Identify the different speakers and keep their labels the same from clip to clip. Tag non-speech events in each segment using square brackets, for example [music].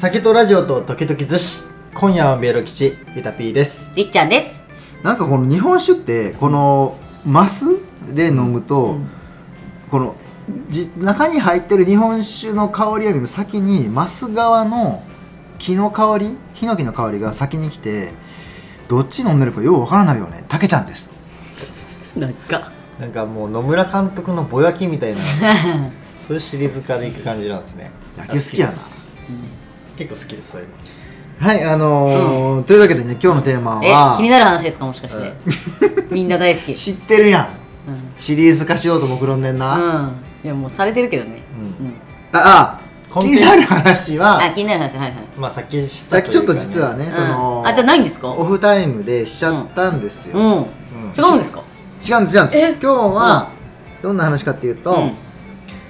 Speaker 1: 酒とラジオと時々寿司今夜はベロ吉ゆたぴーです
Speaker 2: りっちゃんです
Speaker 3: なんかこの日本酒ってこのマスで飲むと、このじ中に入ってる日本酒の香りよりも先にマス側の木の香りヒノキの香りが先に来てどっち飲んでるかようわからないよねたけちゃんです
Speaker 2: なんか
Speaker 1: なんかもう野村監督のぼやきみ
Speaker 3: [laughs]
Speaker 1: たいなそういうシリーズ化でいく感じなんですね
Speaker 3: 野球好きやな
Speaker 1: あです結構好きですそういうの
Speaker 3: はいあのーというわけでね今日のテーマ
Speaker 2: え
Speaker 3: は
Speaker 2: 気になる話ですかもしかして、みんな大好き
Speaker 3: 知ってるやん
Speaker 2: うん、
Speaker 3: シリーズ化しようと目論んでんな、あ
Speaker 2: うん、いやもうされてるけどね、
Speaker 1: う
Speaker 2: うん、
Speaker 3: あ気
Speaker 1: 根底
Speaker 3: になる話
Speaker 2: あ
Speaker 3: は
Speaker 2: 気になる話はいはい
Speaker 1: まあさっきし
Speaker 3: さ
Speaker 1: た
Speaker 3: っきちょっと実はね、そ
Speaker 2: うん
Speaker 3: の
Speaker 2: あじゃあないんですか
Speaker 3: オフタイムでしちゃったんですよ、
Speaker 2: うん、違うんですか
Speaker 3: 違うんです違うんです
Speaker 2: え
Speaker 3: 今日はどんな話かっていうと、
Speaker 2: うん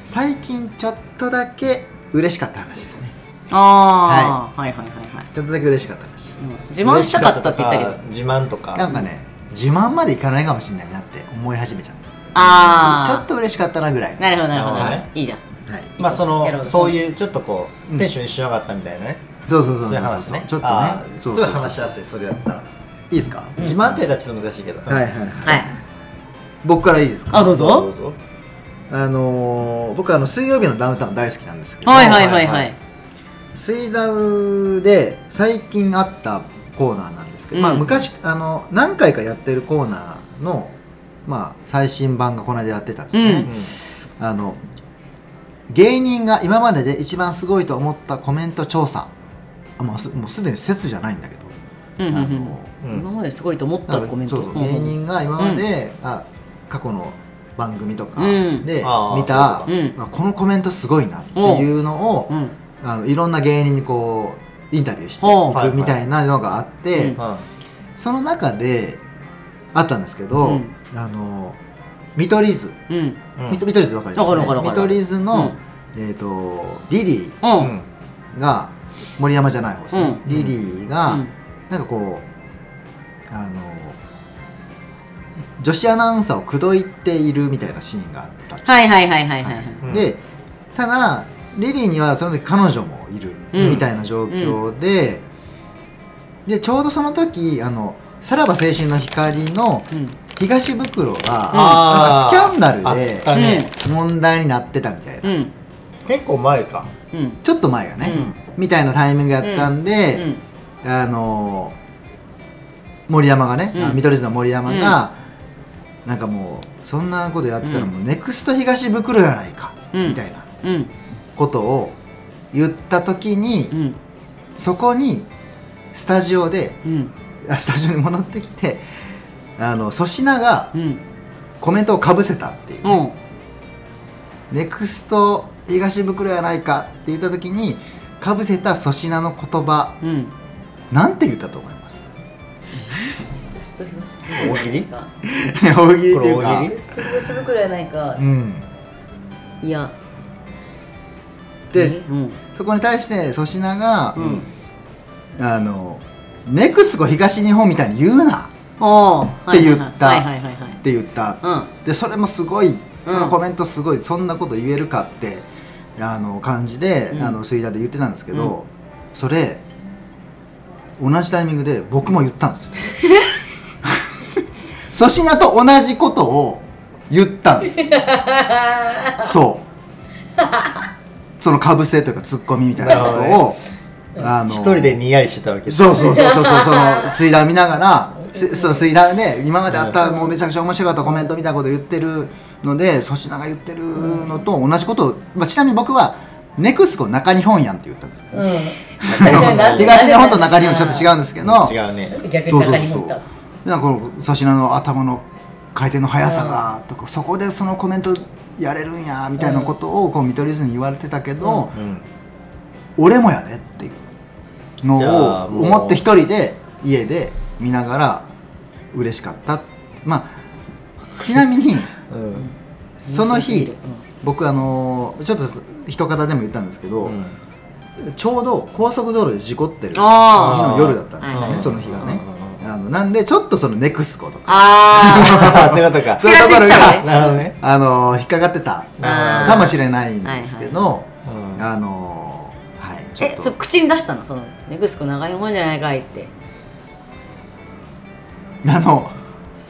Speaker 3: 最近ちょっとだけ嬉しかった話ですね
Speaker 2: ああ、はい、はいはいはいはい、
Speaker 3: ちょっとだけ嬉しかった話
Speaker 2: うん、自慢したかったって言ってたけど
Speaker 1: 自慢とか
Speaker 3: なんかね自慢までいかないかもしれないなって思い始めちゃった
Speaker 2: ああ
Speaker 3: ちょっと嬉しかったなぐらい、
Speaker 2: なるほどなるほど、
Speaker 1: なるほど
Speaker 2: なるほどいいじゃん
Speaker 3: はい、
Speaker 1: まあそ
Speaker 2: やろう
Speaker 1: の
Speaker 2: よ
Speaker 1: そういうちょっとこ
Speaker 3: う
Speaker 1: うんテンション一緒なかったみたいなね
Speaker 3: そうそうそう
Speaker 1: そういう話ね
Speaker 3: ちょっと
Speaker 1: あ
Speaker 3: ね
Speaker 1: ー
Speaker 3: そう
Speaker 1: すご
Speaker 3: そう
Speaker 1: い
Speaker 3: そう
Speaker 1: 話しやすいそれだったら
Speaker 3: いいですか、
Speaker 1: 自慢って言ったらちょっと難しいけど
Speaker 3: はいはいはい、
Speaker 2: はい
Speaker 3: 僕からいいですか
Speaker 2: あどうぞ
Speaker 1: うぞ
Speaker 3: あのー、僕はあの水曜日のダウンタウン大好きなんですけど、
Speaker 2: はいはいはいはい
Speaker 3: 水ダウで最近あったコーナーなんですけど、
Speaker 2: うん
Speaker 3: まあ昔あの何回かやってるコーナーのまあ最新版がこの間やってたんです
Speaker 1: う
Speaker 3: ね、
Speaker 1: ん
Speaker 3: あの芸人が今までで一番すごいと思ったコメント調査あ、まあ、すもうすでに説じゃないんだけど、
Speaker 2: うんうん
Speaker 3: あ
Speaker 2: うん
Speaker 3: の
Speaker 1: うん
Speaker 2: 今まですごいと思ったらコメント
Speaker 3: そうそう
Speaker 2: うんうん
Speaker 3: 芸人が今まで、あ過去の番組とか
Speaker 2: うん
Speaker 3: で
Speaker 1: あー
Speaker 3: 見た、
Speaker 2: うん
Speaker 3: あこのコメントすごいなっていうのを、
Speaker 2: うん
Speaker 3: あのいろんな芸人にこうインタビューして
Speaker 2: おう
Speaker 1: はい
Speaker 3: い
Speaker 1: は
Speaker 3: く
Speaker 1: い
Speaker 3: みたいなのがあって、
Speaker 2: うん
Speaker 1: うん
Speaker 3: その中であったんですけど、
Speaker 2: うん
Speaker 3: あの見取り図、
Speaker 2: うん
Speaker 1: う
Speaker 3: 見取見取り図わかりま
Speaker 2: わ
Speaker 3: す、
Speaker 2: かるわかるわか
Speaker 3: 見
Speaker 2: る
Speaker 3: 取り図の、
Speaker 2: うん
Speaker 3: えっ、とリリ
Speaker 2: う
Speaker 1: うんん
Speaker 3: ーが森山じゃない方ですね、
Speaker 2: うん
Speaker 3: リリーが、
Speaker 2: うん
Speaker 3: なんかこうあの女子アナウンサーを口説いているみたいなシーンがあった、
Speaker 2: はいはいはいはいはいはい
Speaker 1: うん
Speaker 3: でただリリーにはその時彼女もいる
Speaker 2: うん
Speaker 3: みたいな状況で、でちょうどその時あのさらば青春の光の
Speaker 2: うん
Speaker 3: 東袋
Speaker 1: あー
Speaker 3: が、なんかスキャンダル
Speaker 1: あっ
Speaker 3: で
Speaker 1: たね
Speaker 3: 問題になってたみたいな、
Speaker 2: うん
Speaker 1: 結構前か
Speaker 2: うん
Speaker 3: ちょっと前がね、みたいなタイミングやったん
Speaker 2: う
Speaker 3: で、
Speaker 2: ん
Speaker 3: あのー森山がね、
Speaker 2: うん
Speaker 3: あの見取り図の森山が、なんかもうそんなことやってたらもう、ネクスト東袋やないか、
Speaker 2: うん
Speaker 3: みたいな
Speaker 2: うん
Speaker 3: ことを言った時に、
Speaker 2: うん
Speaker 3: そこにスタジオで
Speaker 2: うん
Speaker 3: あスタジオに戻ってきてあの粗品が
Speaker 2: うん
Speaker 3: コメントをかぶせたっていう、
Speaker 2: うん
Speaker 3: ネクスト東袋やないかって言った時にかぶせた粗品の言葉
Speaker 2: うん
Speaker 3: なんて言ったと思います
Speaker 4: ストリマシ
Speaker 1: 大喜利
Speaker 4: か。
Speaker 3: [laughs] 大喜利っていう
Speaker 1: これ大
Speaker 3: か
Speaker 1: 喜利
Speaker 4: ストリマシ袋やないか
Speaker 3: う。ん
Speaker 2: いや
Speaker 3: で、
Speaker 2: うん
Speaker 3: そこに対して粗品が、
Speaker 2: うん
Speaker 3: あの「ネクスコ東日本みたいに言うな」
Speaker 2: おー
Speaker 3: って言った
Speaker 2: はいはいはいはいはい
Speaker 3: って言った、
Speaker 2: うん
Speaker 3: でそれもすごいそうの
Speaker 2: ん
Speaker 3: コメントすごい、そんなこと言えるかってあの感じで、
Speaker 2: うん
Speaker 3: あの水田で言ってたんですけど、それ同じタイミングで僕も言った
Speaker 1: [laughs]
Speaker 3: んですよ粗品と同じことを言ったんで
Speaker 1: [laughs]
Speaker 3: すよそうそのかぶせというかツッコミみたいなことを、
Speaker 1: なるほ
Speaker 3: あの
Speaker 1: 一人でにやりしてたわけです [laughs]
Speaker 3: そうそうそうそうそうその水ダ見ながらすそう水ダで今まであったもうめちゃくちゃ面白かったコメントみたいなこと言ってるので粗品が言ってるのと同じことを、まあ、ちなみに僕は「ネクスコ中日本やん」って言ったんですけど
Speaker 4: うん。
Speaker 3: [laughs] 東日本と中日本ちょっと違うんですけど
Speaker 1: 違うね
Speaker 4: 逆
Speaker 3: そ
Speaker 4: に
Speaker 3: うそう
Speaker 4: 中に
Speaker 3: そ
Speaker 4: 持
Speaker 3: う
Speaker 4: った。
Speaker 3: なんかこの粗品の頭の回転の速さがとかそこでそのコメントやれるんやみたいなことをこう見取り図に言われてたけど、
Speaker 1: うん
Speaker 3: 俺もやでっていう
Speaker 1: じゃ
Speaker 3: の
Speaker 1: あ
Speaker 3: を
Speaker 1: もう
Speaker 3: 思って一人で家で見ながら嬉しかったまあちなみに
Speaker 1: うん
Speaker 3: その
Speaker 2: 面白すぎ
Speaker 3: 日
Speaker 2: る
Speaker 3: 僕あのーちょっと一方でも言ったんですけど、
Speaker 1: うん [laughs]
Speaker 3: ちょうど高速道路で事故ってる日
Speaker 2: あ
Speaker 1: ー
Speaker 3: の夜だったんですよ
Speaker 2: はい
Speaker 3: ね
Speaker 2: はい
Speaker 3: その日がねあのなんでちょっとそのネクスコとか
Speaker 2: あ
Speaker 1: ああそういうこと
Speaker 3: [laughs]
Speaker 1: か
Speaker 2: ーちらついてたのね
Speaker 1: なるほどね
Speaker 3: あのー引っかかってた
Speaker 2: あー
Speaker 3: かもしれないんですけど、
Speaker 1: うん
Speaker 3: あのーはい
Speaker 1: ち
Speaker 3: ちょっ
Speaker 2: え
Speaker 3: と
Speaker 2: そう口に出したのそのネクスコ長いもんじゃないかいって
Speaker 3: [laughs] あの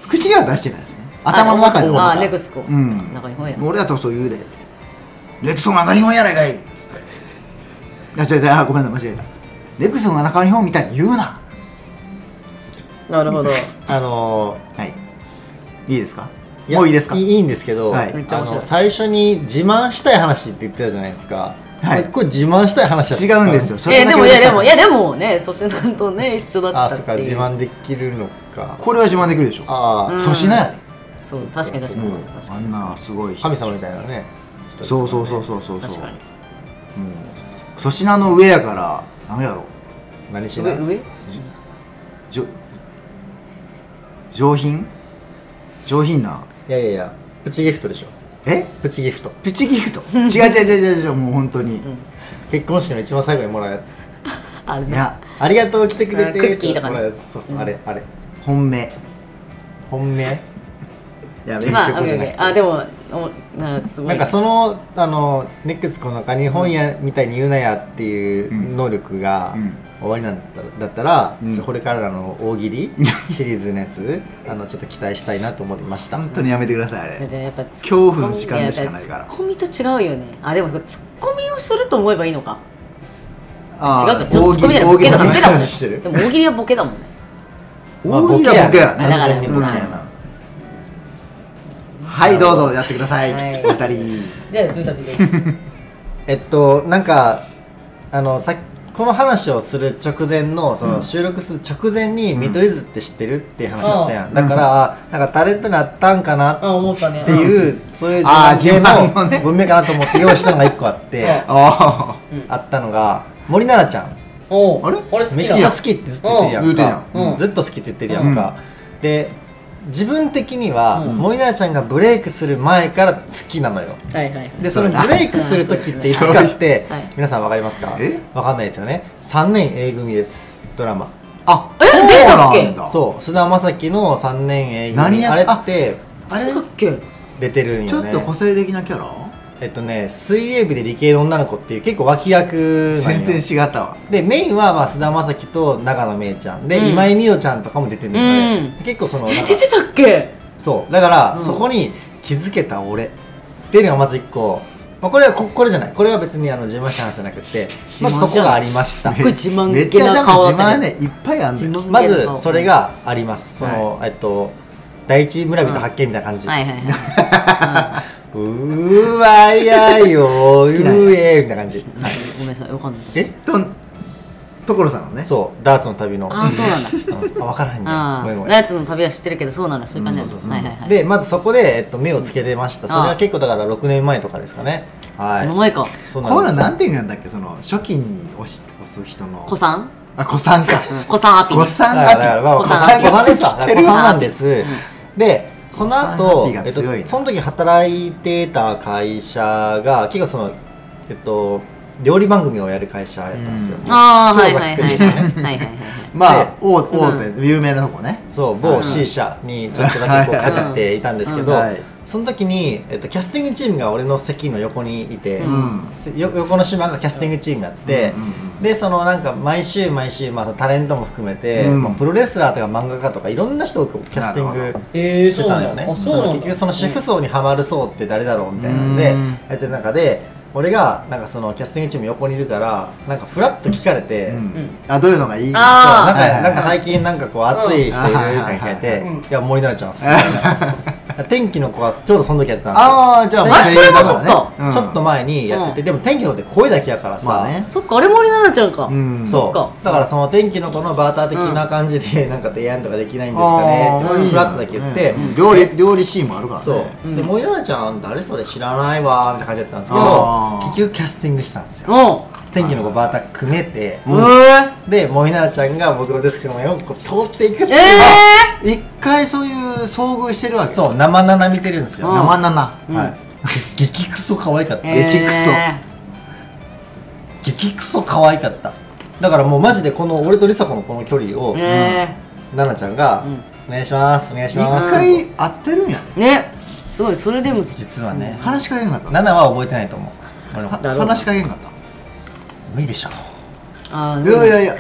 Speaker 3: 口には出してないですね頭の中で
Speaker 2: ああ
Speaker 3: は
Speaker 2: ネクスコ、
Speaker 3: うん
Speaker 2: 長いもんや
Speaker 3: 俺だとそう言うでってレクソンが中日本やないかいっつってあ違う違うあごめんなさい間違えたレクソンが中日本みたいに言うな
Speaker 2: なるほど
Speaker 1: あの
Speaker 3: はいいいですか
Speaker 1: や
Speaker 3: もういいですか
Speaker 1: いいんですけど、
Speaker 3: はい
Speaker 2: めっちゃ
Speaker 1: あ
Speaker 2: 面白い
Speaker 1: の最初に自慢したい話って言ってたじゃないですか、
Speaker 3: はい
Speaker 1: これ自慢したい話だった
Speaker 3: 違うんですよそ
Speaker 2: えー、
Speaker 3: れだ
Speaker 2: で
Speaker 3: け
Speaker 2: もいやでもい
Speaker 3: 言う
Speaker 2: やでもね粗品さんとね一緒だ
Speaker 1: あ
Speaker 2: った
Speaker 1: そっ
Speaker 2: っ
Speaker 1: てか
Speaker 2: いう
Speaker 1: 自慢できるのか
Speaker 3: これは自慢できるでしょ
Speaker 1: ああ、
Speaker 2: うん
Speaker 3: 粗品やで
Speaker 2: そう確かに確かに
Speaker 3: もう
Speaker 2: 確
Speaker 3: あ
Speaker 2: か
Speaker 3: ん
Speaker 2: に
Speaker 3: なすごい人
Speaker 1: 神様みたいなね人ですから
Speaker 3: そ
Speaker 1: ね
Speaker 3: うそうそうそうそうそう
Speaker 2: 確かに
Speaker 3: もう粗品の上やから何やろ
Speaker 1: 何しな
Speaker 2: 上上
Speaker 3: じょ上品上品ない
Speaker 1: やいやいやプチギフトでしょ
Speaker 3: え
Speaker 1: プチギフト
Speaker 3: プチギ
Speaker 2: [laughs]
Speaker 3: フト違う違う違う違う違うもう本当に、
Speaker 1: 結婚式の一番最後にもらうやつ
Speaker 2: あれ
Speaker 3: い
Speaker 2: ね
Speaker 3: や
Speaker 1: ありがとう来てくれて
Speaker 2: あクッキーとかね
Speaker 1: もらうやつそうそう、あれあれ
Speaker 3: 本命
Speaker 1: 本命
Speaker 3: やべえ
Speaker 2: まあ
Speaker 3: チョコじゃなくて
Speaker 2: OK OK あでもおなんかすごい
Speaker 1: なんかそのあのネックスこの中日本やみたいに言うなやっていう能力が
Speaker 3: うん
Speaker 1: 終わりなんだだったら、
Speaker 3: うん
Speaker 1: ちょっとこれからの大喜
Speaker 3: [laughs]
Speaker 1: 利シリーズのやつあのちょっと期待したいなと思ってました
Speaker 3: 本当にやめてくださいあれ
Speaker 2: じゃあやっぱツッコミ
Speaker 3: 恐怖の時間でしかないから
Speaker 2: やっぱツッコミと違うよねあでもツッコミをすると思えばいいのか
Speaker 3: あ
Speaker 2: 違う
Speaker 3: ー
Speaker 2: かちょっとツッコミじゃない
Speaker 3: 大
Speaker 2: ボ
Speaker 3: 喜
Speaker 2: ケ
Speaker 3: 利
Speaker 2: だ
Speaker 3: の
Speaker 2: ボケ
Speaker 3: 話
Speaker 2: だ
Speaker 1: 大喜利
Speaker 2: もん
Speaker 1: の話してる
Speaker 2: でも大喜利はボケだもんね
Speaker 1: まあ
Speaker 3: 大喜利は
Speaker 1: ボ
Speaker 3: ボ
Speaker 1: ケ
Speaker 3: ケ
Speaker 1: や
Speaker 3: や
Speaker 1: ね
Speaker 2: だ
Speaker 3: ね
Speaker 2: から
Speaker 3: 完全にボケや
Speaker 2: は
Speaker 3: なはいどうぞやってくださ
Speaker 4: はいい
Speaker 3: お二人
Speaker 4: じゃあどうだどうだ
Speaker 1: えっとなんかあのさこの話をする直前のその収録する直前に見取り図って知ってるっていう話だったやん、
Speaker 3: うん
Speaker 1: だからなんかタレントになったんかなって
Speaker 4: あ思ったね
Speaker 1: っていう、そういう
Speaker 3: あー
Speaker 1: 自慢
Speaker 3: 自慢
Speaker 1: 系
Speaker 3: のね
Speaker 1: の文明かなと思って用意したのが1個あって
Speaker 4: う
Speaker 3: [laughs] あ
Speaker 1: あったのが森奈々ちゃん
Speaker 4: おう
Speaker 3: あれ
Speaker 4: 俺好き
Speaker 1: めっち
Speaker 4: だ
Speaker 1: ゃ好きってずっと言ってるやんか
Speaker 3: うん言うてるや
Speaker 4: んうん
Speaker 1: ずっと好きって言ってるやんか、で自分的には、
Speaker 4: うん
Speaker 1: 森奈々ちゃんがブレイクする前から好きなのよ
Speaker 4: はいはいはい
Speaker 1: でそのブレイクする時って [laughs] いつかって
Speaker 2: そうです
Speaker 1: 皆さんわかりますか
Speaker 3: え
Speaker 1: わかんないですよね3年 A 組ですドラマ
Speaker 3: あ
Speaker 2: え
Speaker 3: そう
Speaker 2: 出たっけ
Speaker 3: なんだ
Speaker 1: そう菅田将暉の3年 A
Speaker 3: 何
Speaker 1: 組
Speaker 3: や
Speaker 1: あれって
Speaker 3: あれ
Speaker 2: だっけ
Speaker 1: 出てるんよね
Speaker 3: ちょっと個性的なキャラ
Speaker 1: えっとね、水泳部で理系の女の子っていう結構脇役なんよ
Speaker 3: 全然違ったわ
Speaker 1: でメインはまあ菅田将暉と長野めいちゃんで、
Speaker 2: うん
Speaker 1: 今井美桜ちゃんとかも出てるんだよね、
Speaker 2: う
Speaker 1: 結構そのなん
Speaker 2: え
Speaker 1: か
Speaker 2: 出てたっけ
Speaker 1: そうだから、
Speaker 2: うん
Speaker 1: そこに気づけた俺っていうのがまず一個、まあ、これはここれじゃないこれは別にあの自慢した話じゃなくてまずそこがありました
Speaker 2: すっごい自慢
Speaker 3: めっ
Speaker 2: げ
Speaker 3: ちゃ
Speaker 2: な
Speaker 3: なんか
Speaker 2: 顔だっ
Speaker 3: 自
Speaker 2: た
Speaker 3: 慢
Speaker 2: ね
Speaker 3: ねいっぱいあん
Speaker 2: 自
Speaker 3: ね
Speaker 2: 慢
Speaker 1: ま
Speaker 2: げな
Speaker 1: ず
Speaker 2: 顔
Speaker 1: それがありますその、えっと第一村人発見みたいな感じ、
Speaker 2: はいはいは
Speaker 1: うーわやよ
Speaker 3: 好きなんや
Speaker 1: うえーみたいな感じ、
Speaker 2: いごめんなさいわかんない
Speaker 3: えと所さんのね
Speaker 1: そうダーツの旅の
Speaker 2: ああそうなんだ
Speaker 1: うんあ分からへんね
Speaker 2: あ
Speaker 1: ごめんご
Speaker 2: あ
Speaker 1: めん
Speaker 2: ナイツの旅は知ってるけどそうなんだそういう感じなんだはいはいはい
Speaker 1: でまずそこで、えっと、目をつけてましたそれ
Speaker 2: あ
Speaker 1: は
Speaker 2: あ
Speaker 1: 結構だから6年前とかですかねは
Speaker 2: そ
Speaker 1: い
Speaker 2: の前か
Speaker 1: そう
Speaker 3: こういうの
Speaker 1: な
Speaker 3: なんん
Speaker 1: で
Speaker 3: ていうんだっけその初期に押し押す人の
Speaker 2: 子さん
Speaker 3: あ子さんか
Speaker 2: 子さんアピ
Speaker 3: 子さ
Speaker 1: す
Speaker 3: ん
Speaker 1: だからだからまあ
Speaker 2: 子
Speaker 1: 子
Speaker 2: さん
Speaker 1: さん子さんですわ
Speaker 3: 子さん
Speaker 1: 子さんなんですでその後
Speaker 3: 子さんハッピーが強いな
Speaker 1: えっと、その時働いてた会社が結構そのえっと料理番組をやる会社やったんですよ、
Speaker 3: うん
Speaker 2: ああはい
Speaker 1: 超
Speaker 2: は
Speaker 1: ざ
Speaker 2: い
Speaker 1: っ
Speaker 2: は
Speaker 1: く
Speaker 2: い
Speaker 1: り
Speaker 2: は
Speaker 1: 言
Speaker 2: いう
Speaker 1: とね
Speaker 2: はいはい
Speaker 3: まあ
Speaker 1: で
Speaker 3: 大大手有名なとこね
Speaker 1: そう
Speaker 3: う
Speaker 1: 某
Speaker 3: ん
Speaker 1: C 社にちょっとだけこう
Speaker 3: は
Speaker 1: か
Speaker 3: い
Speaker 1: じっていたんですけど、
Speaker 3: うんはい
Speaker 1: その時に、えっと、キャスティングチームが俺の席の横にいて、
Speaker 2: うん
Speaker 1: よ横の島がキャスティングチームやって、
Speaker 3: うんうんうん
Speaker 1: でそのなんか毎週毎週、まあ、そのタレントも含めて、
Speaker 3: うん
Speaker 1: まあ、プロレスラーとか漫画家とかいろんな人をこうキャスティング
Speaker 4: えー
Speaker 1: して
Speaker 4: そう
Speaker 1: た
Speaker 4: なんん
Speaker 1: だ
Speaker 4: だ
Speaker 1: よね、
Speaker 4: あそうなんだ
Speaker 1: 結局その主婦層にはまる層って誰だろうみたいなんで、
Speaker 3: うん
Speaker 1: やってる中で俺がなんかそのキャスティングチーム横にいるからなんかフラッと聞かれて。
Speaker 3: う
Speaker 4: うん
Speaker 3: んあどういうのがいい
Speaker 1: そう
Speaker 2: あ
Speaker 1: なんか、
Speaker 3: はいはいはい
Speaker 1: なんか最近なんかこう暑い人いるって聞いて、
Speaker 4: うん
Speaker 1: いや森奈々ちゃんっすみたい
Speaker 3: [laughs]
Speaker 1: な。天気の子はちょうどその時やってたんですよ。
Speaker 3: ああじゃあ
Speaker 1: あ
Speaker 3: まあ
Speaker 2: それは
Speaker 3: 声優だ
Speaker 2: そっ
Speaker 3: からね
Speaker 1: ちょっと
Speaker 3: うん
Speaker 1: 前にやってて、
Speaker 2: う
Speaker 1: でも天気の子って声だけやからさ、
Speaker 3: まあね
Speaker 2: そっかあれも俺奈々ちゃんか
Speaker 3: うん
Speaker 1: そ
Speaker 2: っか
Speaker 1: うだからその天気の子のバーター的な感じで、なんか提案とかできないんですかねってフラッとだけ言って、
Speaker 3: うん料理料理シーンもあるからね
Speaker 1: そう、
Speaker 2: うん
Speaker 1: で森奈々ちゃん誰それ知らないわーみたいな感じだったんですけ
Speaker 3: あ
Speaker 1: ど
Speaker 3: ー
Speaker 1: 結局キャスティングしたんですよ
Speaker 2: お
Speaker 1: 天気の子バーター組めて、
Speaker 2: うえ
Speaker 1: で森奈々ちゃんが僕のデスクの前をこう通っていくっていう
Speaker 2: ええ
Speaker 3: 一回そういう遭遇してるわけ
Speaker 1: そう生7見てるんですよ、
Speaker 2: うん
Speaker 3: 生七
Speaker 2: うん
Speaker 1: はい [laughs] 激クソ可愛かった、
Speaker 2: えー
Speaker 3: 激クソ
Speaker 1: 激クソ可愛かっただからもうマジでこの俺と梨紗子のこの距離を奈
Speaker 2: え
Speaker 1: 々ちゃんが、
Speaker 2: うん
Speaker 1: お願いしますお願いし
Speaker 3: 一
Speaker 1: ます」
Speaker 3: 回会ってるんやね
Speaker 2: ーねすごいそれでも
Speaker 1: 実はね
Speaker 3: 話しかけんかった
Speaker 1: 奈々は覚えてないと思う俺のこと
Speaker 3: は話しかけんかった [laughs]
Speaker 1: 無理でしょ
Speaker 2: あ
Speaker 3: いやいやいや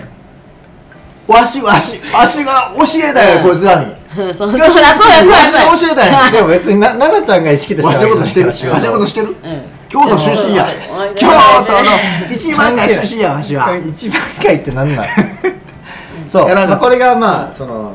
Speaker 3: わしわしわしが教えたよこいつらに
Speaker 2: や [laughs] そうそうそうそう
Speaker 3: わしが
Speaker 2: そう
Speaker 3: 教えたよ
Speaker 1: でも別にな奈々ちゃんが意識として
Speaker 3: わしの
Speaker 1: わけ
Speaker 3: ことしてるわ
Speaker 1: じ
Speaker 3: し
Speaker 1: ゃないから
Speaker 3: のことしてる
Speaker 2: うん
Speaker 3: 京都出身や
Speaker 2: うん
Speaker 3: 京都の一番街出身やわしは
Speaker 1: 一番回ってなん [laughs] なんそう
Speaker 3: いやなんか
Speaker 1: まあこれがまあその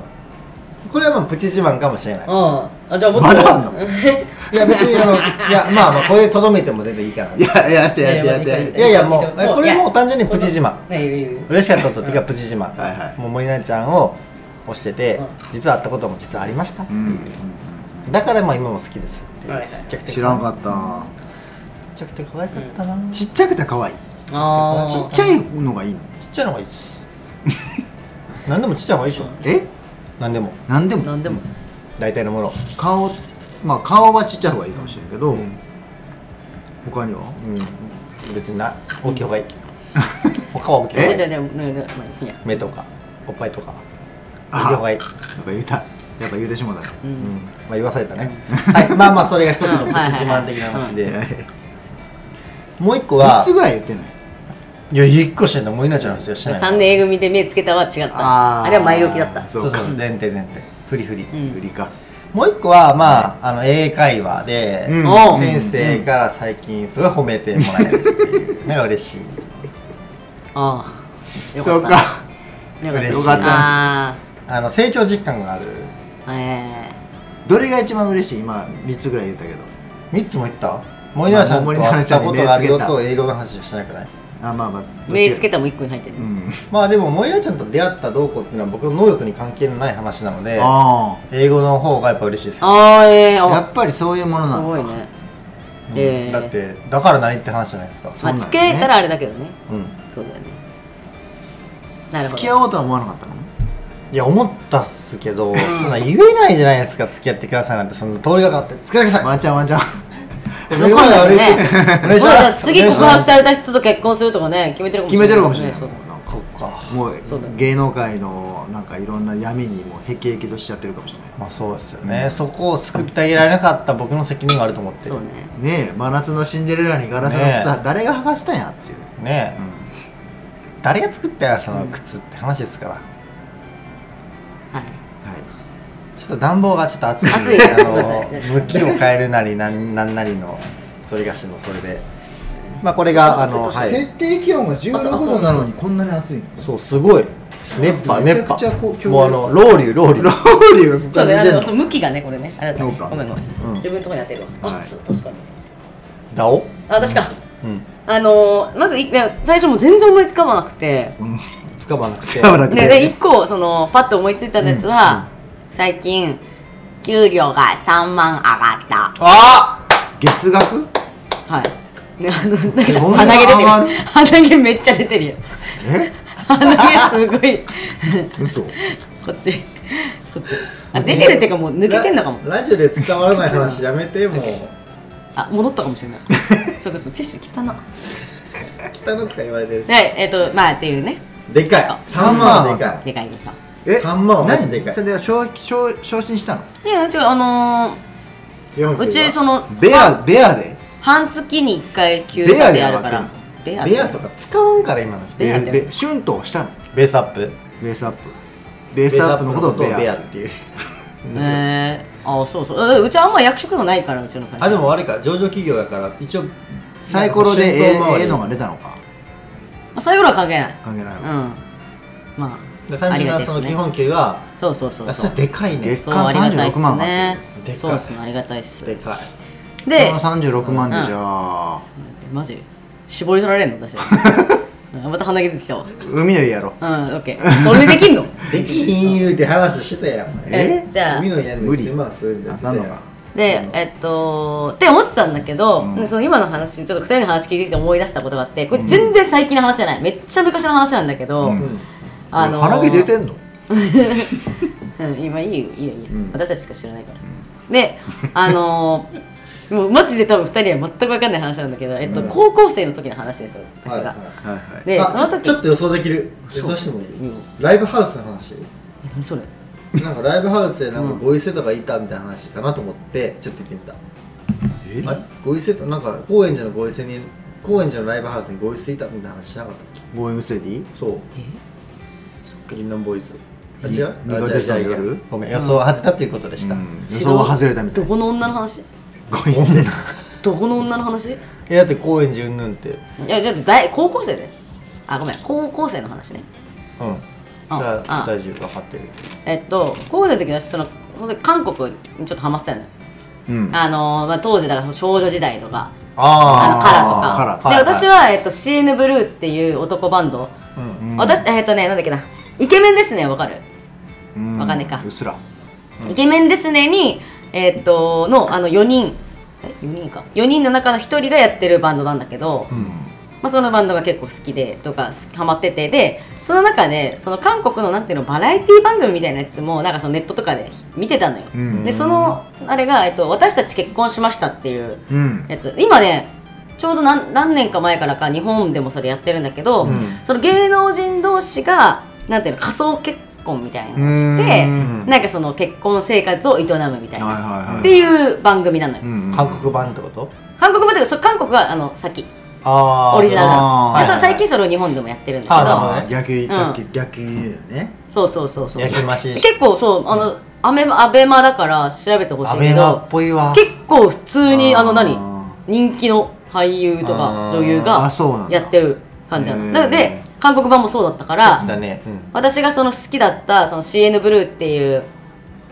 Speaker 1: これはまあプチ自慢かもしれない
Speaker 4: うんあじゃあもっと
Speaker 3: まだ
Speaker 2: [laughs]
Speaker 3: あんの
Speaker 1: [laughs] いや別にあのいやまあまあこれでとどめても全然いいかない
Speaker 3: いややってやってやってや
Speaker 1: や
Speaker 3: っ
Speaker 1: い
Speaker 3: て
Speaker 1: やもう
Speaker 4: もう
Speaker 1: これも
Speaker 4: いう
Speaker 1: 単純にプチ自慢
Speaker 4: ねえいいよ
Speaker 1: 嬉しかった時はプチ自慢
Speaker 3: はいはい
Speaker 1: もう森奈々ちゃんを推してて
Speaker 4: うん
Speaker 1: 実は会ったことも実はありましたって
Speaker 3: う
Speaker 1: いうんだからまあ今も好きですっていう
Speaker 4: はいはい
Speaker 1: ちっちゃくて
Speaker 3: 知らんかった
Speaker 1: ちっちゃくて可愛かったなち
Speaker 3: ちっちゃくて可愛い
Speaker 2: あー
Speaker 3: ちっちゃいのがいいの
Speaker 1: ちっちゃいのがいいです [laughs] 何でもちっちゃい方がいいでしょ
Speaker 3: え
Speaker 1: 何でも
Speaker 3: なんでも
Speaker 2: なんでも
Speaker 1: 大体のもの
Speaker 3: 顔まあ顔はちっちゃい方がいいかもしれんけど他には
Speaker 1: うん別にな大きい方 [laughs] がいい他は大きい方が
Speaker 3: え
Speaker 1: い
Speaker 2: で
Speaker 1: い
Speaker 2: ででででまあいいや
Speaker 1: 目とかおっぱいとか大きい
Speaker 3: あ
Speaker 1: 方がいい、
Speaker 3: やっぱ言うたやっぱ言うてしもた
Speaker 2: う
Speaker 1: うんん、まあ言わされた [laughs] ねはいまあまあそれが一つのプチ自慢的な話
Speaker 3: え
Speaker 1: で
Speaker 3: ー
Speaker 1: もう一個
Speaker 3: 3
Speaker 1: は
Speaker 3: つぐらい言ってない
Speaker 1: いや一個してんのもう稲ちゃんのですよしてない
Speaker 2: 3年 A 組で目つけたは違ったあれは前置きだった
Speaker 3: そ
Speaker 1: そうう
Speaker 3: か
Speaker 1: そう前提前提フリフリ、
Speaker 2: ん
Speaker 3: 売りか
Speaker 1: もう一個はまああの英会話で、
Speaker 3: うん
Speaker 1: 先生から最近すごい褒めてもらえるって [laughs] いうのが嬉しい
Speaker 2: ああ
Speaker 3: そうか
Speaker 2: よ
Speaker 1: 嬉しい
Speaker 2: かったあ
Speaker 1: あの成長実感がある
Speaker 2: あえ
Speaker 3: どれが一番嬉しい今3つぐらい言ったけど
Speaker 1: 3つも言った森永ちゃんと会ったことがあるよと英語の話をしてないくない
Speaker 3: あまあまあどっち
Speaker 2: え目つけたも一個に入ってる
Speaker 3: うん
Speaker 1: まあでも森永ちゃんと出会ったどうこうっていうのは僕の能力に関係のない話なので
Speaker 3: あ
Speaker 1: 英語の方がやっぱ嬉しいですよ
Speaker 2: ああええ
Speaker 3: あやっ
Speaker 2: あ
Speaker 3: ぱりそういうものな
Speaker 2: す
Speaker 3: ん
Speaker 2: ご
Speaker 3: だ
Speaker 2: いね
Speaker 1: うん
Speaker 2: ええ
Speaker 1: だってだから何って話じゃないですか
Speaker 3: そう
Speaker 2: まあ
Speaker 3: なんだ
Speaker 2: つ
Speaker 3: よね
Speaker 2: けたらあれだけどね
Speaker 1: うん
Speaker 2: そうだよねなるほど
Speaker 3: 付き合おうとは思わなかったの
Speaker 1: いや思ったっすけ [laughs] どそんな言えないじゃないですか付き合ってくださいなんてその通りが [laughs] かって付き合ってくださ
Speaker 3: ワンちゃんワンちゃん
Speaker 1: い
Speaker 2: 残んない
Speaker 1: 嬉しい
Speaker 2: ね
Speaker 1: お願いし
Speaker 2: もうじゃあ
Speaker 1: ます
Speaker 2: 次告白さ
Speaker 1: る
Speaker 2: れた人と結婚するとかね決めてるかも
Speaker 3: 決めてるかもしれない
Speaker 2: そう
Speaker 3: もうなんか
Speaker 1: そっか
Speaker 3: も
Speaker 2: そうだ
Speaker 3: う
Speaker 2: ね
Speaker 3: 芸能界のなんかいろんな闇にもうへきへきとしちゃってるかもしれない
Speaker 1: まあそうですよねそこを救ってあげられなかった僕の責任があると思って
Speaker 2: そう
Speaker 1: る
Speaker 2: ね
Speaker 3: ねえ真夏のシンデレラにガラスの
Speaker 1: ねえ
Speaker 3: 靴は誰が剥がしたんやっていう、
Speaker 1: ねえ
Speaker 3: うん
Speaker 1: 誰が作ったやその靴って話ですから
Speaker 2: はい
Speaker 3: はい
Speaker 1: ちょっと暖房がちょっと暑いんで
Speaker 2: 暑い
Speaker 1: あ
Speaker 2: ごめんなさい
Speaker 1: の向きを変えるなりなんなんなりの反り菓子のそれでまあこれがあのはい
Speaker 3: 定気温が16度なのにこんなに暑いの
Speaker 1: そうすごい熱波
Speaker 3: め
Speaker 1: 熱
Speaker 3: ちゃくちゃこう
Speaker 1: 波もうあのロウリュロウリュ
Speaker 3: ロウリュ
Speaker 2: そうねあ
Speaker 3: 出て
Speaker 2: の
Speaker 3: ん
Speaker 2: そう向きがねこれねあれだったね
Speaker 3: そう
Speaker 2: ご
Speaker 3: か
Speaker 2: めんごめん
Speaker 1: ん
Speaker 2: 自分のとこに当てるわ
Speaker 3: は
Speaker 2: あ
Speaker 3: い
Speaker 2: そう確かに
Speaker 1: ダオ
Speaker 2: あ確か
Speaker 1: うん
Speaker 2: あのーまずいいや最初もう全然思いつかまなくて
Speaker 3: うん
Speaker 1: つかまなくて
Speaker 3: 使わなく
Speaker 2: でで
Speaker 3: て
Speaker 2: 一個そのパッと思いついたやつは、最近給料が3万上がった
Speaker 3: あ月額
Speaker 2: はいねあのなんか
Speaker 3: そんな
Speaker 2: 鼻毛出て
Speaker 3: 上がる
Speaker 2: る鼻毛めっちゃ出てるよ
Speaker 3: え
Speaker 2: 鼻毛すごい
Speaker 3: 嘘
Speaker 2: こっちこっちあ出てるっていうかもう抜けてんのかも
Speaker 1: ララジオで伝わらない話やめて [laughs] もう
Speaker 2: あ戻ったかもし
Speaker 1: [laughs]
Speaker 2: れないちょっとちょっとティッシュ汚な
Speaker 1: 汚くて言われてるし
Speaker 2: でえっ、とまあっていうね
Speaker 1: でかい3万はでか
Speaker 2: でかいでしょ
Speaker 1: い3万はマジでかい
Speaker 3: それは昇昇昇進したの
Speaker 2: いや違うあのー、うちその
Speaker 3: ベアベアで
Speaker 2: 半月に1回休暇でやるからベ
Speaker 1: ベアとか使わんから今の人
Speaker 2: ベアって
Speaker 3: ベベ春闘したの
Speaker 1: ベースアップ
Speaker 3: ベースアップベースアップのことをベア
Speaker 1: ベアっていう
Speaker 2: えー、あそうそうえうちはあんま役職がないからうちの会社
Speaker 1: あでも悪いから上場企業だから一応
Speaker 3: サイコロでえ
Speaker 1: なんか
Speaker 3: え
Speaker 1: そ
Speaker 3: ええの
Speaker 1: の
Speaker 3: が出たのか
Speaker 2: まあそういうことは関係ない
Speaker 3: 関係ない
Speaker 2: うん
Speaker 3: の
Speaker 2: まあ
Speaker 1: 単純なその基本給が
Speaker 2: そうそうそう
Speaker 1: あ
Speaker 2: そ
Speaker 1: そうれでかいね
Speaker 3: 月
Speaker 2: そう
Speaker 3: 間
Speaker 2: ありがたいっす
Speaker 3: 36万上が
Speaker 2: ね
Speaker 1: ってるでかい
Speaker 2: そうっすねありがたいっす
Speaker 1: でかい
Speaker 2: で
Speaker 3: その36万でじゃあ
Speaker 2: えマジ絞り取られんの私 [laughs] うんまた鼻毛出てきたわうん
Speaker 3: 海の家やろ
Speaker 2: オッケーそれでできんの
Speaker 1: で金融って話してたやん
Speaker 2: えじゃあ
Speaker 1: 海の家に
Speaker 3: 無理
Speaker 1: 10万するみたい
Speaker 3: あ
Speaker 1: な
Speaker 3: なんのか
Speaker 2: でえっとって思ってたんだけど、その今の話ちょっと2人の話聞いてきて思い出したことがあってこれ全然最近の話じゃないめっちゃ昔の話なんだけど、
Speaker 3: うん
Speaker 2: あのー
Speaker 3: 鼻毛出てんの
Speaker 2: うん、今いいよいいよいいよ、
Speaker 3: うん
Speaker 2: 私たちしか知らないから、であのーもうマジで多分2人は全く分かんない話なんだけど、えっと、高校生の時の話ですよ私が、
Speaker 1: はいはい
Speaker 3: はいはい
Speaker 2: で
Speaker 1: あ
Speaker 2: その時
Speaker 1: ちょちょっと予想できる予想してもい
Speaker 2: いい
Speaker 1: い
Speaker 2: よ
Speaker 1: ライブハウスの話
Speaker 2: え何それ
Speaker 1: なんかライブハウスでなんかゴイセとかいたみたいな話かなと思ってちょっと行ってみた
Speaker 3: え
Speaker 1: あれゴイセとなんか高円寺のゴイセに高円寺のライブハウスにボイスでいたみたいな話しなかったっけ
Speaker 3: ゴーイングステディ
Speaker 1: そう銀杏ボーイズあ違う
Speaker 3: に
Speaker 1: あ
Speaker 3: 苦手
Speaker 1: 違う
Speaker 3: さん
Speaker 1: 違う
Speaker 3: や
Speaker 1: 違
Speaker 3: る
Speaker 1: うごめん予想は外れたということでした、
Speaker 3: うん予
Speaker 2: 違う
Speaker 3: 想は外れたみた
Speaker 2: ど
Speaker 3: い
Speaker 2: この女の話
Speaker 3: ゴーイングステディ
Speaker 2: どこの女の話い
Speaker 1: えだって高円寺うんぬんってうん
Speaker 2: やじゃあ大高校生であごめん高校生の話ね
Speaker 1: じゃ
Speaker 2: あ
Speaker 1: あ
Speaker 2: あ
Speaker 1: 大丈夫分かってる
Speaker 2: えっと高校生の時はそのその時韓国にちょっとハマってたのよ
Speaker 3: うん
Speaker 2: あのまあ、当時だから少女時代とかあの
Speaker 1: あ
Speaker 3: ーカ
Speaker 2: カ
Speaker 3: ラ
Speaker 2: ラ
Speaker 3: ー
Speaker 2: ー
Speaker 3: と
Speaker 2: と
Speaker 3: か
Speaker 2: かで私は、えっと、CN ブルーっていう男バンド、
Speaker 1: あうん
Speaker 3: うん
Speaker 2: 私えっとねなんだっけなイケメンですねわかる、
Speaker 3: う
Speaker 2: わかんねえか
Speaker 3: うっすら
Speaker 2: イケメンですねにえっとのあの4人え4人か4人の中の1人がやってるバンドなんだけど、
Speaker 3: うん
Speaker 2: まあ、そのバンドが結構好きでとかすハマっててでその中でその韓国のなんていうのバラエティ番組みたいなやつもなんかそのネットとかで見てたのよ、
Speaker 3: うん
Speaker 2: でそのあれが、えっと「私たち結婚しました」っていう
Speaker 3: うん
Speaker 2: やつ今ねちょうど何何年か前からか日本でもそれやってるんだけど、
Speaker 1: うん
Speaker 2: その芸能人同士がなんていうの仮想結婚みたいなのをして
Speaker 3: うん
Speaker 2: なんかその結婚生活を営むみたい
Speaker 3: はい
Speaker 2: な、
Speaker 3: はいはい
Speaker 2: っていう番組なのよ、
Speaker 3: うん
Speaker 1: 韓国版ってこと
Speaker 2: 韓国版というかそ韓国があの先
Speaker 1: あー
Speaker 2: オリジナルな
Speaker 3: あ
Speaker 2: の
Speaker 3: ー
Speaker 2: でそれ最近それを日本でもやってるんだけど
Speaker 1: あ
Speaker 3: あー逆逆逆ね
Speaker 2: そうそうそうそう
Speaker 1: 焼き増し
Speaker 2: 結構そうあのアメアベマだから調べてほし
Speaker 1: ア
Speaker 2: いけ
Speaker 1: ベマっ
Speaker 2: ど
Speaker 1: ぽいわ
Speaker 2: 結構普通にあの
Speaker 3: あー
Speaker 2: 何人気の俳優とか
Speaker 1: あー
Speaker 2: 女優
Speaker 3: あ
Speaker 2: が
Speaker 3: そうなんだ
Speaker 2: やってる感じな
Speaker 3: へー
Speaker 2: のだからで韓国版もそうだったから
Speaker 1: だねうん
Speaker 2: 私がその好きだったその CN ブルーっていう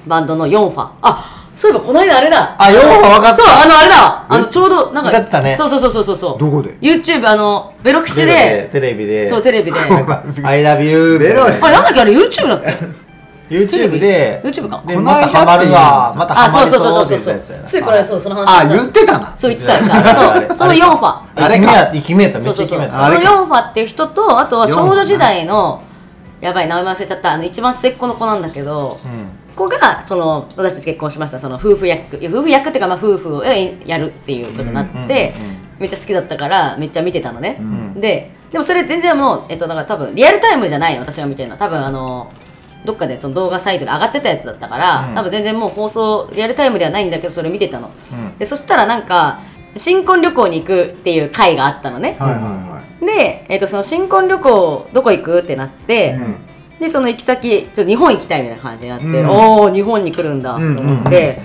Speaker 2: バンドの4ファあそういえばこの間あれだ
Speaker 1: あ4は分かっ
Speaker 2: そう
Speaker 1: た
Speaker 2: あのあれだわあのちょうどなんか
Speaker 1: 歌ってたね
Speaker 2: そうそうそうそうそうそう
Speaker 3: どこで
Speaker 2: YouTube あのベロ口
Speaker 1: ベロ
Speaker 2: で
Speaker 1: テレビで
Speaker 2: そうテレビで
Speaker 1: なん
Speaker 3: [laughs]
Speaker 1: か I love you
Speaker 3: ベロで
Speaker 2: あれなんだっけあれ YouTube だっけ
Speaker 1: YouTube で
Speaker 2: YouTube か
Speaker 1: で
Speaker 3: この
Speaker 1: ま
Speaker 3: 間
Speaker 1: たハマる
Speaker 3: っ
Speaker 1: わ
Speaker 3: ていう
Speaker 1: また
Speaker 2: あ、
Speaker 1: ハマ
Speaker 2: そう
Speaker 1: る
Speaker 2: そう
Speaker 1: ぞ
Speaker 2: そ
Speaker 1: っ
Speaker 2: う
Speaker 1: て
Speaker 2: そう
Speaker 1: 言った
Speaker 2: そ
Speaker 1: やつ
Speaker 2: う
Speaker 1: や。な
Speaker 4: ついこの間そうその話
Speaker 3: あ
Speaker 4: した
Speaker 3: 言ってたな
Speaker 2: そう言ってた言
Speaker 1: あれ
Speaker 2: ってた。そう、その4ファ。
Speaker 1: あれか決めため
Speaker 2: そ
Speaker 1: っち
Speaker 2: うそ
Speaker 1: ゃ
Speaker 2: う
Speaker 1: 決
Speaker 2: そう。
Speaker 1: め
Speaker 2: そ
Speaker 1: た
Speaker 3: あ
Speaker 2: の
Speaker 3: れか
Speaker 2: 4ファっていう人と、あとは
Speaker 3: 4
Speaker 2: 少
Speaker 3: ファ
Speaker 2: 女時代の、やばい、名前忘れちゃった、あの、一番末っ子の子なんだけど、
Speaker 1: うん
Speaker 2: 子が、その、私たち結婚しました、その、夫婦役、いや夫婦役っていうか、まあ、夫婦をえやるっていうことになって
Speaker 1: うんうんうんうん、
Speaker 2: めっちゃ好きだったから、めっちゃ見てたのね。
Speaker 1: ん
Speaker 2: で、でもそれ全然もう、えっと、だから多分、リアルタイムじゃないの、私が見てるのは。多分、あの、どっかでその動画サイトで上がってたやつだったから、
Speaker 1: うん
Speaker 2: 多分全然もう放送リアルタイムではないんだけどそれ見てたの、
Speaker 1: うん
Speaker 2: でそしたらなんか新婚旅行に行くっていう会があったのね、
Speaker 3: はいはいはい
Speaker 2: で、えっとその新婚旅行どこ行くってなって、でその行き先ちょっと日本行きたいみたいな感じになって、
Speaker 3: うん
Speaker 2: おお日本に来るんだと思って、
Speaker 3: うんうんうん
Speaker 2: で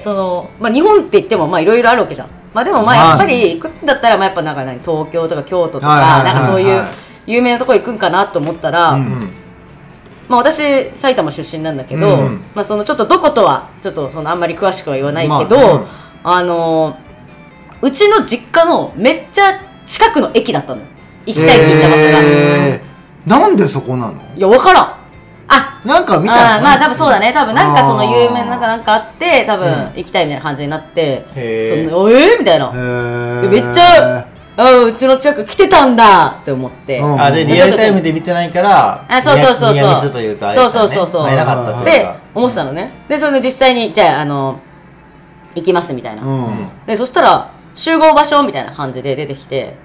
Speaker 2: その、まあ、日本って言ってもまあいろいろあるわけじゃんまあでもまあ
Speaker 3: まあ
Speaker 2: やっぱり行くんだったらまあやっぱなんか何東京とか京都とか、
Speaker 3: はいはいはいはい
Speaker 2: なんかそういう有名なとこ行くんかなと思ったら、
Speaker 3: うん
Speaker 2: まあ、私埼玉出身なんだけど、
Speaker 3: うんうん
Speaker 2: まあ、そのちょっとどことはちょっとそのあんまり詳しくは言わないけど、
Speaker 3: まあ
Speaker 2: あ
Speaker 3: うん
Speaker 2: のーうちの実家のめっちゃ近くの駅だったのよ行きたいって言った場所が、
Speaker 3: えーなんでそこなの
Speaker 2: いや分からんあ
Speaker 3: なんか
Speaker 2: あ
Speaker 3: 見た
Speaker 2: ーまあ多分そうだね多分なんかその
Speaker 3: あー
Speaker 2: 有名ななんかなんかあって多
Speaker 1: うん
Speaker 2: 分行きたいみたいな感じになって、
Speaker 1: へー
Speaker 2: そのえー、みたいな、
Speaker 3: へー
Speaker 2: めっちゃあーうちの近く来てたんだって思って、
Speaker 3: うん
Speaker 1: あでリアルタイムで見てないから
Speaker 2: あそうそうそうそう
Speaker 1: ニヤニヤミスというかあれだね
Speaker 2: そうそうそうそう
Speaker 1: 会えなかったという
Speaker 2: で
Speaker 1: か
Speaker 2: 思ってたのねでそれで実際にじゃああの行きますみたいな、
Speaker 3: うん
Speaker 2: でそしたら集合場所みたいな感じで出てきて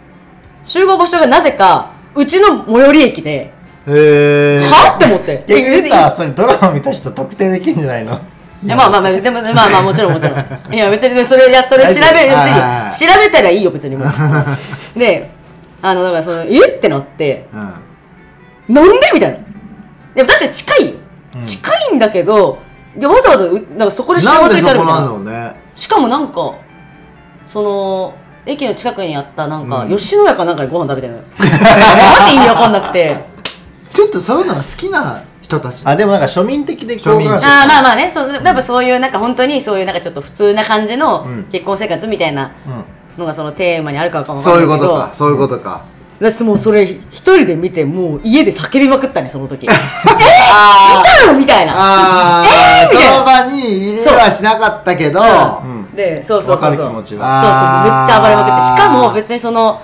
Speaker 2: 集合場所がなぜかうちの最寄り駅で、
Speaker 3: へえ
Speaker 2: はって思って
Speaker 1: 結局さ
Speaker 2: え
Speaker 1: それドラマ見た人特定できんじゃないの
Speaker 2: いやまあまあまあでもまあまあもちろんもちろ
Speaker 3: [laughs]
Speaker 2: んいや別にそれいやそれ調べ別
Speaker 3: 大丈夫あ
Speaker 2: に調べたらいいよ別にも
Speaker 3: [laughs]
Speaker 2: うであのだからそのえってなって
Speaker 3: うん
Speaker 2: なんでみたいなでも確かに近いよ、
Speaker 1: うん
Speaker 2: 近いんだけどいやわざわざうなんかそこで集
Speaker 3: な
Speaker 2: 合
Speaker 3: んで
Speaker 2: する
Speaker 3: そ
Speaker 2: 人ある
Speaker 3: こ
Speaker 2: みたい
Speaker 3: な
Speaker 2: な
Speaker 3: のね
Speaker 2: しかもなんかその駅の近くにあったなんか、
Speaker 3: うん
Speaker 2: 吉野家かなんかでご飯食べてる
Speaker 3: [laughs]
Speaker 2: のよマジ意味わかんなくて
Speaker 3: ちょっとそういうのが好きな人たち
Speaker 1: あでもなんか庶民的で好感
Speaker 3: 庶民
Speaker 1: 度
Speaker 3: 的
Speaker 2: ああまあまあねそう多分そういうなんか本当にそういうなんかちょっと普通な感じの
Speaker 1: うん
Speaker 2: 結婚生活みたいなのがそのテーマにあるかもわかん
Speaker 3: そう
Speaker 2: ないいうけど
Speaker 3: ことかそういうことか
Speaker 2: 私もうそれ一人で見てもう家で叫びまくったねその
Speaker 3: [laughs]
Speaker 2: 時えー、見
Speaker 3: あ
Speaker 2: たよみたいな
Speaker 3: あー
Speaker 2: えーみたいな
Speaker 3: その場に入れはしなかったけど
Speaker 1: う
Speaker 2: うんでそうそうそうそう
Speaker 1: わかる気持ち
Speaker 3: は
Speaker 2: そうそうめっちゃ暴れまくってしか
Speaker 3: あー
Speaker 2: も別にその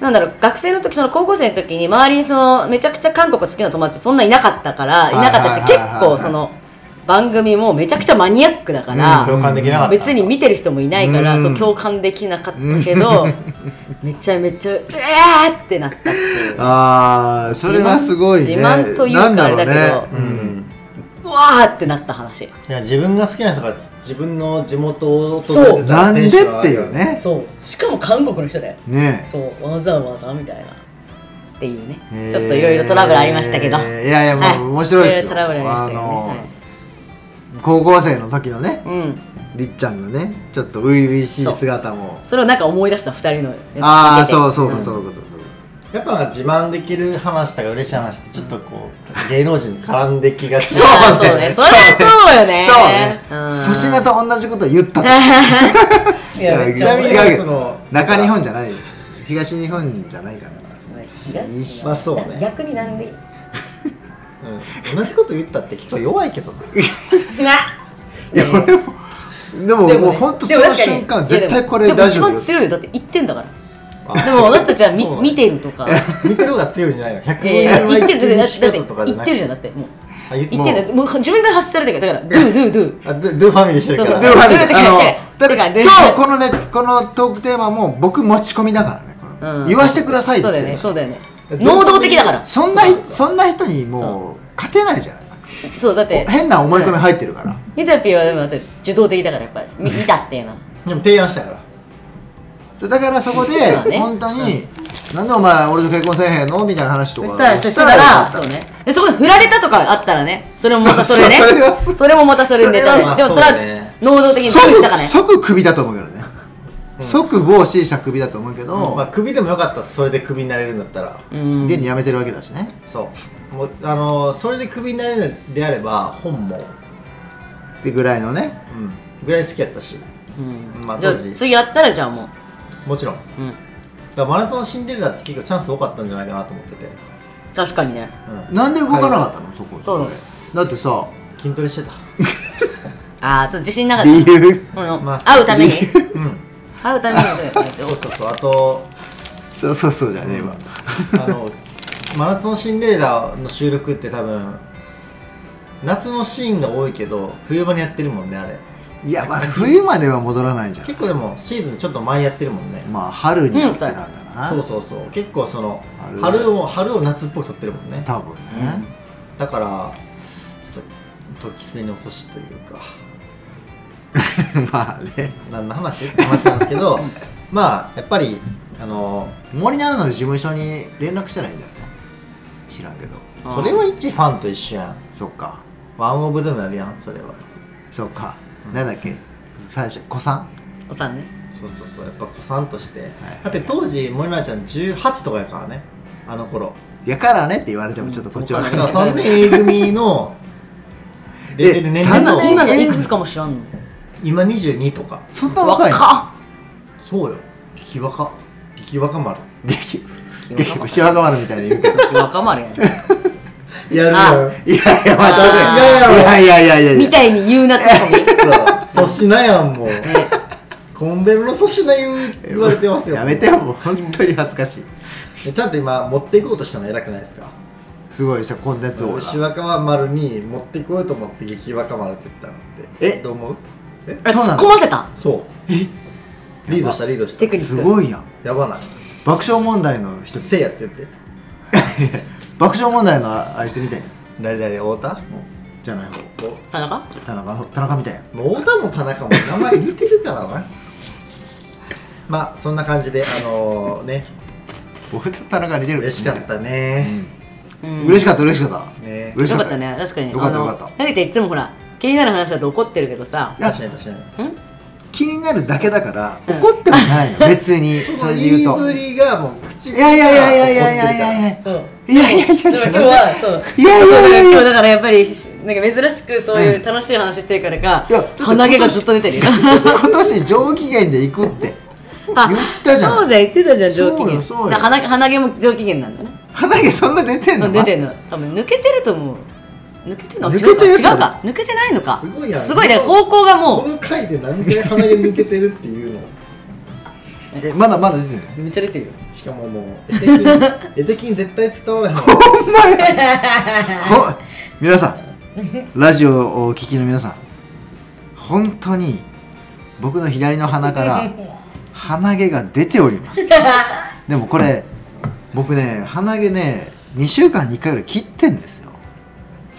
Speaker 2: なんだろう学生の時その高校生の時に周りにそのめちゃくちゃ韓国好きな友達そんないなかったから
Speaker 3: い
Speaker 2: い
Speaker 3: はい
Speaker 2: な
Speaker 3: はい
Speaker 2: かっ
Speaker 3: はい
Speaker 2: たし結構その番組もめちゃくちゃマニアックだから、
Speaker 1: 共感できなかった
Speaker 2: 別に見てる人もいないから、
Speaker 3: うん
Speaker 2: そう共感できなかったけど、めちゃめちゃうえーってなったっていう
Speaker 3: ああそれはすごいね
Speaker 2: 自慢という
Speaker 3: なん
Speaker 2: かあ
Speaker 3: ろ
Speaker 2: れ
Speaker 3: う
Speaker 2: だけど
Speaker 3: ね
Speaker 1: うん
Speaker 2: うわわーってなった話
Speaker 4: いや自分が好きな人が自分の地元を
Speaker 2: そう
Speaker 3: なんでっていうね
Speaker 2: そうしかも韓国の人だよ
Speaker 3: ね
Speaker 2: そうわざわざみたいなっていうね
Speaker 3: え
Speaker 2: ちょっといろいろトラブルありましたけど、
Speaker 3: えーいやいやもう、
Speaker 2: はい
Speaker 3: 面白いです
Speaker 2: ろ
Speaker 3: よ
Speaker 2: ろトラブルありましたけどね、
Speaker 3: あの高校生の時のね
Speaker 2: はい、うん
Speaker 3: りっちゃんのねちょっと初々しい姿も
Speaker 2: それをなんか思い出した二人のやつ見てて
Speaker 3: ああそうそうか
Speaker 2: ん
Speaker 3: そうかそうか
Speaker 4: やっぱなんか自慢できる話とか嬉しい話ってちょっとこう芸能人に絡んできがち
Speaker 2: [laughs] そうだそうねそ
Speaker 3: そう
Speaker 2: れ
Speaker 3: ね
Speaker 2: はそうよね
Speaker 3: そうね
Speaker 2: ん
Speaker 3: 粗品と同じこと言ったと
Speaker 5: いやめっ
Speaker 4: ち
Speaker 5: ち
Speaker 4: な
Speaker 5: ゃ
Speaker 4: み
Speaker 5: 面
Speaker 4: に
Speaker 5: 白い
Speaker 3: 違うけ
Speaker 4: その
Speaker 3: ど中日本じゃない東日本じゃないかな
Speaker 5: 東
Speaker 3: 一緒
Speaker 4: まあそうね
Speaker 5: 逆になんで
Speaker 4: うん同じこと言ったってきっと弱いけど
Speaker 3: [laughs]
Speaker 4: な
Speaker 3: いや俺もでももう本当そ
Speaker 2: でも
Speaker 3: の
Speaker 2: 確かに
Speaker 3: 瞬間
Speaker 2: いやで
Speaker 3: 絶
Speaker 2: も
Speaker 3: 対これ
Speaker 2: でも
Speaker 3: ラジ
Speaker 2: 一
Speaker 3: オで
Speaker 2: 番強いよだって言ってんだから
Speaker 4: あ
Speaker 2: でも私たちは
Speaker 4: そう
Speaker 2: 見
Speaker 4: ね
Speaker 2: 見てるとか
Speaker 4: 見てる方が強いんじゃないの100
Speaker 2: いやいや言ってるだって
Speaker 4: 人
Speaker 2: だっ
Speaker 4: の
Speaker 2: て
Speaker 4: とかじ
Speaker 2: 言
Speaker 4: ゃな
Speaker 2: っ
Speaker 4: い
Speaker 2: てるじゃんだってもう
Speaker 4: あ言っ
Speaker 2: 言ってんだってもう自分から発せられてるからだから「ドゥドゥドゥ
Speaker 4: あドゥドゥファミリーしてるか
Speaker 2: そ
Speaker 4: ら
Speaker 2: う
Speaker 3: で
Speaker 2: そう
Speaker 3: も待っ
Speaker 2: で
Speaker 3: て
Speaker 2: も
Speaker 3: あの
Speaker 2: [laughs] でも
Speaker 3: だから
Speaker 2: でも
Speaker 3: 今日このねこのトークテーマも僕持ち込みだからねこれ
Speaker 2: うん
Speaker 3: 言わせてください」って
Speaker 2: そうだ
Speaker 3: 言
Speaker 2: よね
Speaker 3: ってる
Speaker 2: そうだよね
Speaker 4: え
Speaker 2: 能動的だから
Speaker 3: そんなそんな人にもう勝てないじゃない
Speaker 2: そうだって
Speaker 3: 変な思い込み入ってるから
Speaker 2: ユタピーはでもだって受動的だからやっぱり見見たっていうの
Speaker 4: でも提案したから
Speaker 3: そうだからそ
Speaker 2: [laughs]
Speaker 3: こで
Speaker 2: そうだね
Speaker 3: 本当に「なんでお前俺と結婚せえへんの?」みたいな話と
Speaker 2: そ
Speaker 3: か
Speaker 2: したらそした
Speaker 3: よからった
Speaker 2: そうねでそこで振られたとかあったらねそれもまたそれね
Speaker 3: そうそれはそ
Speaker 2: それもまたそれネタで
Speaker 4: それは
Speaker 2: でもそれ
Speaker 4: そう
Speaker 2: は
Speaker 4: ね
Speaker 2: 能動的にどうしたかね
Speaker 3: 即即クビだと思うけどね即防止したクビだと思うけ
Speaker 4: まあ
Speaker 3: ど
Speaker 4: クビでもよかったそれでクビになれるんだったら
Speaker 2: うん
Speaker 3: 現に辞めてるわけだしね
Speaker 4: そうもうあのそれでクビになれるんであれば本も
Speaker 3: ってぐらいのね
Speaker 4: うんぐらい好きやったし
Speaker 2: うん
Speaker 4: まあ
Speaker 2: じゃあ
Speaker 4: 当時
Speaker 2: 次やったらじゃあもう
Speaker 4: もちろんだ
Speaker 2: うん
Speaker 4: からマラソンシンデレラって結構チャンス多かったんじゃないかなと思ってて、
Speaker 2: 確かにね
Speaker 4: うん、
Speaker 3: なんで動かなかったのそこ
Speaker 2: そうだね
Speaker 3: だってさ
Speaker 4: 筋トレしてた
Speaker 2: ああちょっと自信なかった
Speaker 3: 理由
Speaker 2: この、
Speaker 4: まあ
Speaker 2: 会うために
Speaker 4: うん
Speaker 2: 会うためにどうや [laughs] って
Speaker 4: そうそうそうあと
Speaker 3: そうそうそうじゃねえわ
Speaker 4: あのマラソンシンデレラの収録って多分夏のシーンが多いけど冬場にやってるもんねあれ
Speaker 3: いやまあ冬までは戻らないじゃん
Speaker 4: 結構でもシーズンちょっと前やってるもんね
Speaker 3: まあ春にやってたんだな
Speaker 4: そうそうそう結構その
Speaker 3: 春
Speaker 4: 春を春を夏っぽく撮ってるもんね
Speaker 3: 多分ね
Speaker 4: だからちょっと時すでに遅しというか
Speaker 3: [laughs] まあね
Speaker 4: 何の話って話なんです
Speaker 3: [laughs]
Speaker 4: けどまあやっぱりあの
Speaker 3: 森永の事務所に連絡したらいいんだよね知らんけど
Speaker 4: それは一ファンと一緒やん
Speaker 3: そっか
Speaker 4: ワンオブゼムなるやんそれは
Speaker 3: そっかなんだっけ最初子さん
Speaker 2: おさんね
Speaker 4: そうそうそうやっぱ子さんとして、だって当時森奈ちゃん18とかやからねあの頃
Speaker 3: やからねって言われてもちょっとこっちは
Speaker 4: だ
Speaker 3: 分
Speaker 4: か
Speaker 3: からんない
Speaker 4: 3年 A
Speaker 3: [laughs]
Speaker 4: 組のレベル年齢
Speaker 3: あの
Speaker 4: の
Speaker 3: え
Speaker 2: 今がいくつかも知らんの
Speaker 4: 今22とか
Speaker 3: そんな
Speaker 2: 若
Speaker 3: 若
Speaker 2: っ
Speaker 3: い
Speaker 4: そうよ激若激若丸
Speaker 3: 激激牛若丸みたいに言うけど
Speaker 2: 若丸やね
Speaker 4: やる
Speaker 2: あ
Speaker 4: や
Speaker 3: いやいやま
Speaker 2: あ
Speaker 4: ー
Speaker 3: たいやいやいやいやいや
Speaker 2: みたいに言うなツッコミね
Speaker 4: んそう粗品やんもうコンベルの粗品言う言われてますよ
Speaker 3: やめてよもう本当に恥ずかしい
Speaker 4: ちゃんと今持っていこうとしたの偉くないですか
Speaker 3: すごいでしょコンテンツ王
Speaker 4: 牛
Speaker 3: が
Speaker 4: 若丸に持っていこうと思って激若丸って言ったのって
Speaker 3: え
Speaker 4: どう思うえ
Speaker 2: 突
Speaker 3: [laughs] そうな
Speaker 2: っ
Speaker 3: の
Speaker 2: 込ませた
Speaker 4: そうリードしたリードした
Speaker 2: テクニッ
Speaker 3: すごいやん
Speaker 4: やばない
Speaker 3: 爆笑問題の人
Speaker 4: せいやって言って
Speaker 3: 爆笑問題のあいつみたい
Speaker 4: 誰誰太田
Speaker 3: じゃない方
Speaker 2: ク田中
Speaker 3: 田中の田中みたいやん
Speaker 4: もう太田も田中も名前似てるからなまあそんな感じであのね
Speaker 3: 俺と田中似てる
Speaker 4: 嬉しかった
Speaker 3: う
Speaker 4: ね
Speaker 3: ん嬉しかった嬉しかった
Speaker 4: ね
Speaker 3: 嬉し
Speaker 2: よ
Speaker 3: か
Speaker 2: かった
Speaker 3: っ
Speaker 2: たね確かに
Speaker 3: よかった
Speaker 2: あの
Speaker 3: よかった
Speaker 2: だけどいつもほら気になる話だと怒ってるけどさ
Speaker 3: いや
Speaker 4: 確かに確かに
Speaker 2: ん
Speaker 3: 気になるだけだから
Speaker 2: うん
Speaker 3: 怒ってもないよ別にそれで言うと
Speaker 4: 言いぶりがもう口
Speaker 3: いやいやいやいやいやいやいやいや
Speaker 5: そう
Speaker 3: いやいやいやい
Speaker 5: だから今日はそう
Speaker 3: いや
Speaker 2: そうだから
Speaker 3: い
Speaker 2: 今
Speaker 3: や
Speaker 2: 日だからやっぱりなんか珍しくそういう楽しい話してるから
Speaker 3: いやだっ
Speaker 2: か
Speaker 3: て
Speaker 2: 鼻毛がずっと出てるよ
Speaker 3: 今年上機嫌で行くって
Speaker 2: あ
Speaker 3: 言ったじゃん
Speaker 2: そうじゃん言ってたじゃん上機
Speaker 3: そう
Speaker 2: 嫌
Speaker 3: よそうよ
Speaker 2: だから鼻鼻毛も上機嫌なんだね
Speaker 3: 鼻毛そんな出てんの
Speaker 2: 出てんの多分抜けてると思う抜けてるの
Speaker 3: 抜けてる
Speaker 2: 違
Speaker 3: や
Speaker 2: う
Speaker 3: つ
Speaker 2: か違うか抜けてないのか
Speaker 4: すごいやん
Speaker 2: すごいね方向がも
Speaker 4: この回で何回鼻毛抜けてるっていうの
Speaker 3: えまだまだ出てる
Speaker 2: うめっちゃ出てるよ
Speaker 4: しかももう絵的
Speaker 3: [laughs]
Speaker 4: に絵的に絶対伝わらへんわ
Speaker 3: ほ皆さんラジオをお聞きの皆さん本当に僕の左の
Speaker 2: [laughs]
Speaker 3: 鼻から鼻毛が出ておりますでもこれ僕ね鼻毛ね2週間に1回ぐらい切ってんですよ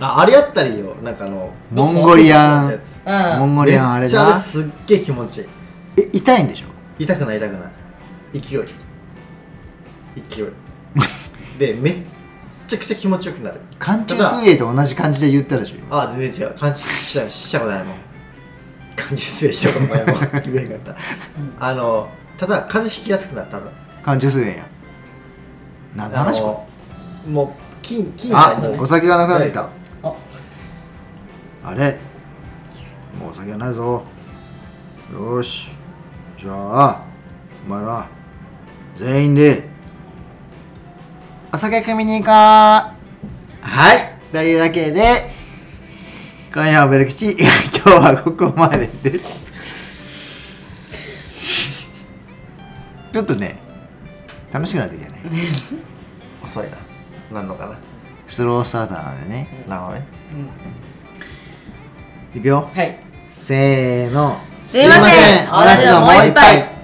Speaker 4: ああれやったりよなんかあの
Speaker 2: どう
Speaker 3: モ
Speaker 2: ぞ
Speaker 3: ンゴリアン
Speaker 6: う
Speaker 2: [laughs]
Speaker 3: モ
Speaker 6: ん
Speaker 3: ンゴリアンあ
Speaker 4: め
Speaker 3: れ
Speaker 4: っちゃあれ
Speaker 3: だ
Speaker 4: すっげえ気持ちい
Speaker 3: え痛いんでしょ
Speaker 4: い痛くない痛くない勢い
Speaker 3: [laughs]
Speaker 4: 勢いでめっちゃくちゃ気持ちよくなる
Speaker 3: 寒中水泳と同じ感じで言ったでしょ今
Speaker 4: ああ全然違う感じしたしたことないもん感じ失礼したことないも
Speaker 3: [laughs]
Speaker 4: ん言えなかったあのただ風邪ひきやすくなる多分
Speaker 3: 寒中水泳や何の
Speaker 4: あ
Speaker 3: 話こ
Speaker 4: のもう金金
Speaker 3: あ
Speaker 4: もう
Speaker 3: お酒がなくなってきた
Speaker 6: あ
Speaker 3: あれもうお酒はないぞよしじゃあお前ら全員でお酒組みに行こうはいというわけで今夜はベルキチ [laughs] 今日はここまでですちょっとね楽しくなってきたね
Speaker 4: 遅いななんのかな
Speaker 3: スロースターターなんでね
Speaker 4: なるほどね
Speaker 3: いくよ
Speaker 6: はい
Speaker 3: せーの
Speaker 2: すいません
Speaker 3: 私のもう一杯